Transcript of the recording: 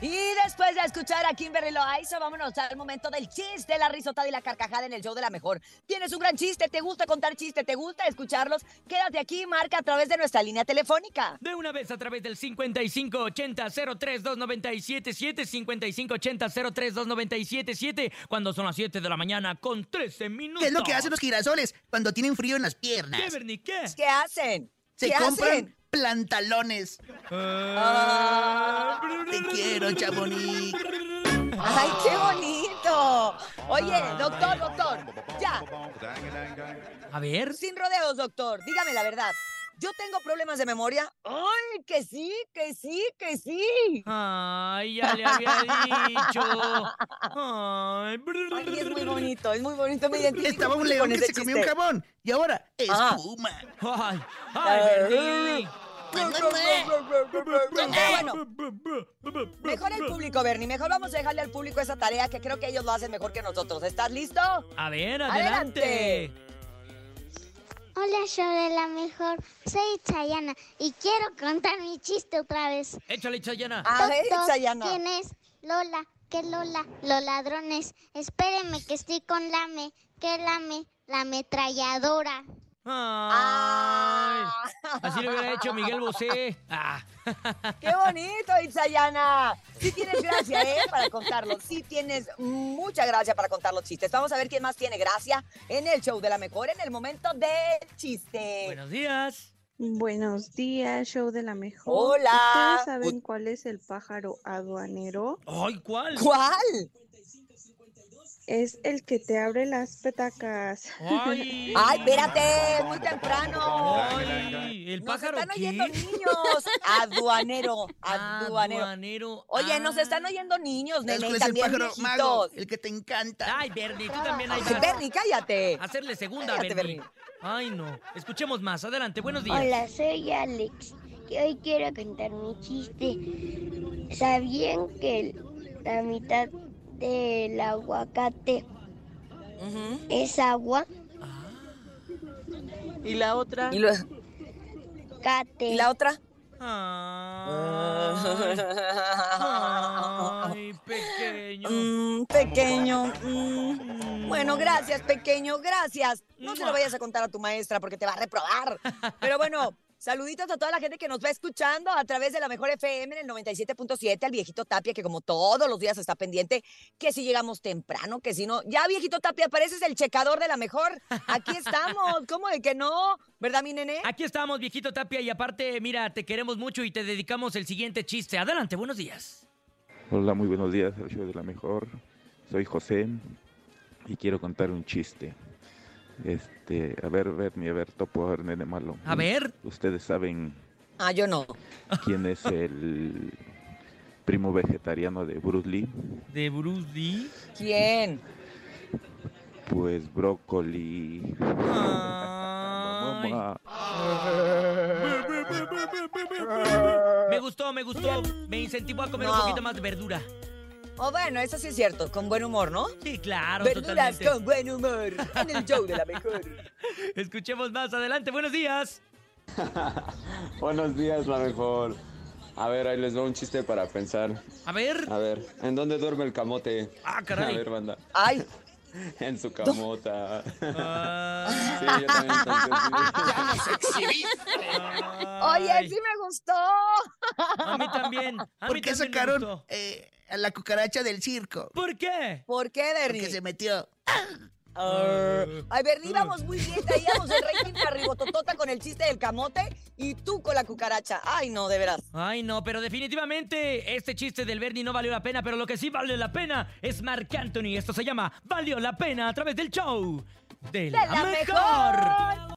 Y después de escuchar a Kimberly Loaiza, vámonos al momento del chiste, la risotada y la carcajada en el show de la mejor. Tienes un gran chiste, te gusta contar chistes, te gusta escucharlos. Quédate aquí y marca a través de nuestra línea telefónica. De una vez a través del 5580-032977, 5580-032977, cuando son las 7 de la mañana con 13 minutos. ¿Qué es lo que hacen los girasoles cuando tienen frío en las piernas? ¿Qué, Bernie, qué? ¿Qué hacen? Se ¿Qué compran hacen? plantalones. Ah. Te quiero, Chamonix. ¡Ay, qué bonito! Oye, doctor, doctor, ya, A ver, sin rodeos, doctor, dígame la verdad. ¿Yo tengo problemas de memoria? ¡Ay, que sí, que sí, que sí! Ay, ya le había dicho. Ay, Ay, es muy bonito, es muy bonito, me identifico Estaba un mucho león con que ese se comió un chiste. jabón y ahora Ah. espuma. Ay, ay, Bernie. Ah, Bueno, mejor el público, Bernie, mejor vamos a dejarle al público esa tarea que creo que ellos lo hacen mejor que nosotros. ¿Estás listo? A ver, Adelante. adelante. Hola, yo de la mejor. Soy Chayana y quiero contar mi chiste otra vez. Échale, Chayana. A ver, Doctor, Sayana. ¿Quién es? Lola. ¿Qué Lola? Los ladrones. Espéreme que estoy con Lame. ¿Qué Lame? La ametralladora. Ay. Ah, Así lo hubiera hecho Miguel Bosé. Ah. ¡Qué bonito, Itzayana! Sí tienes gracia, ¿eh? Para contarlo. Sí tienes mucha gracia para contar los chistes. Vamos a ver quién más tiene gracia en el show de la mejor, en el momento del chiste. Buenos días. Buenos días, show de la mejor. Hola. ¿Ustedes saben cuál es el pájaro aduanero? Ay, ¿cuál? ¿Cuál? Es el que te abre las petacas. Ay. ¡Ay, espérate! ¡Muy temprano! Ay, el Nos pájaro están qué? Ah, oyendo niños. Aduanero, aduanero. Aduanero. Oye, nos Ah. están oyendo niños, nene, ¿Sabes cuál y es el también pájaro mago? viejitos. El que te encanta. Ah. Ay, Bernie, tú también ahí Ay, vas. Bernie, cállate. Hacerle segunda, Cállate, Bernie. Bernie. Ay, no. Escuchemos más. Adelante, buenos días. Hola, soy Alex y hoy quiero contar mi chiste. ¿Sabían que el- la mitad del aguacate Ujú. es agua? Y la otra. ¿Y, lo- Cate. y la otra? Ay, ay, pequeño. Ah. Mm, pequeño. mm. Bueno, gracias, pequeño, gracias. No se lo vayas a contar a tu maestra porque te va a reprobar. Pero bueno, saluditos a toda la gente que nos va escuchando a través de la mejor FM en el 97.7, al viejito Tapia, que como todos los días está pendiente, que si llegamos temprano, que si no. Ya, viejito Tapia, pareces el checador de la mejor. Aquí estamos. ¿Cómo de que no? ¿Verdad, mi nene? Aquí estamos, viejito Tapia, y aparte, mira, te queremos mucho y te dedicamos el siguiente chiste. Adelante, buenos días. Hola, muy buenos días, el show de la mejor. Soy José y quiero contar un chiste. Este, a ver, Bernie, a ver, topo, a ver, nene malo. A ver. Ustedes saben Ah, yo no. quién es el primo vegetariano de Bruce Lee. De Bruce Lee. ¿Quién? Pues brócoli. Ay. Mamá. Me gustó, me gustó. Me incentivó a comer un No. poquito más de verdura. Oh, bueno, eso sí es cierto. Con buen humor, ¿no? Sí, claro, Verduras totalmente. con buen humor en el show de la mejor. Escuchemos más. Adelante, buenos días. Buenos días, la mejor. A ver, ahí les doy un chiste para pensar. A ver. A ver, ¿en dónde duerme el camote? Ah, caray. A ver, banda. Ay, En su camota. Ah, Sí, yo también pensé así. oye, ay. sí me gustó. A mí también. A mí ¿Por qué también me sacaron gustó. eh, a la cucaracha del circo? ¿Por qué? ¿Por qué, Porque Bernie? se metió. Arr. Ay, Bernie, íbamos muy bien. Traíamos el rating arribototota con el chiste del camote y tú con la cucaracha. Ay, no, de veras. Ay, no, pero definitivamente este chiste del Bernie no valió la pena, pero lo que sí vale la pena es Marc Anthony. Esto se llama Valió la pena a través del show de la, la mejor. mejor.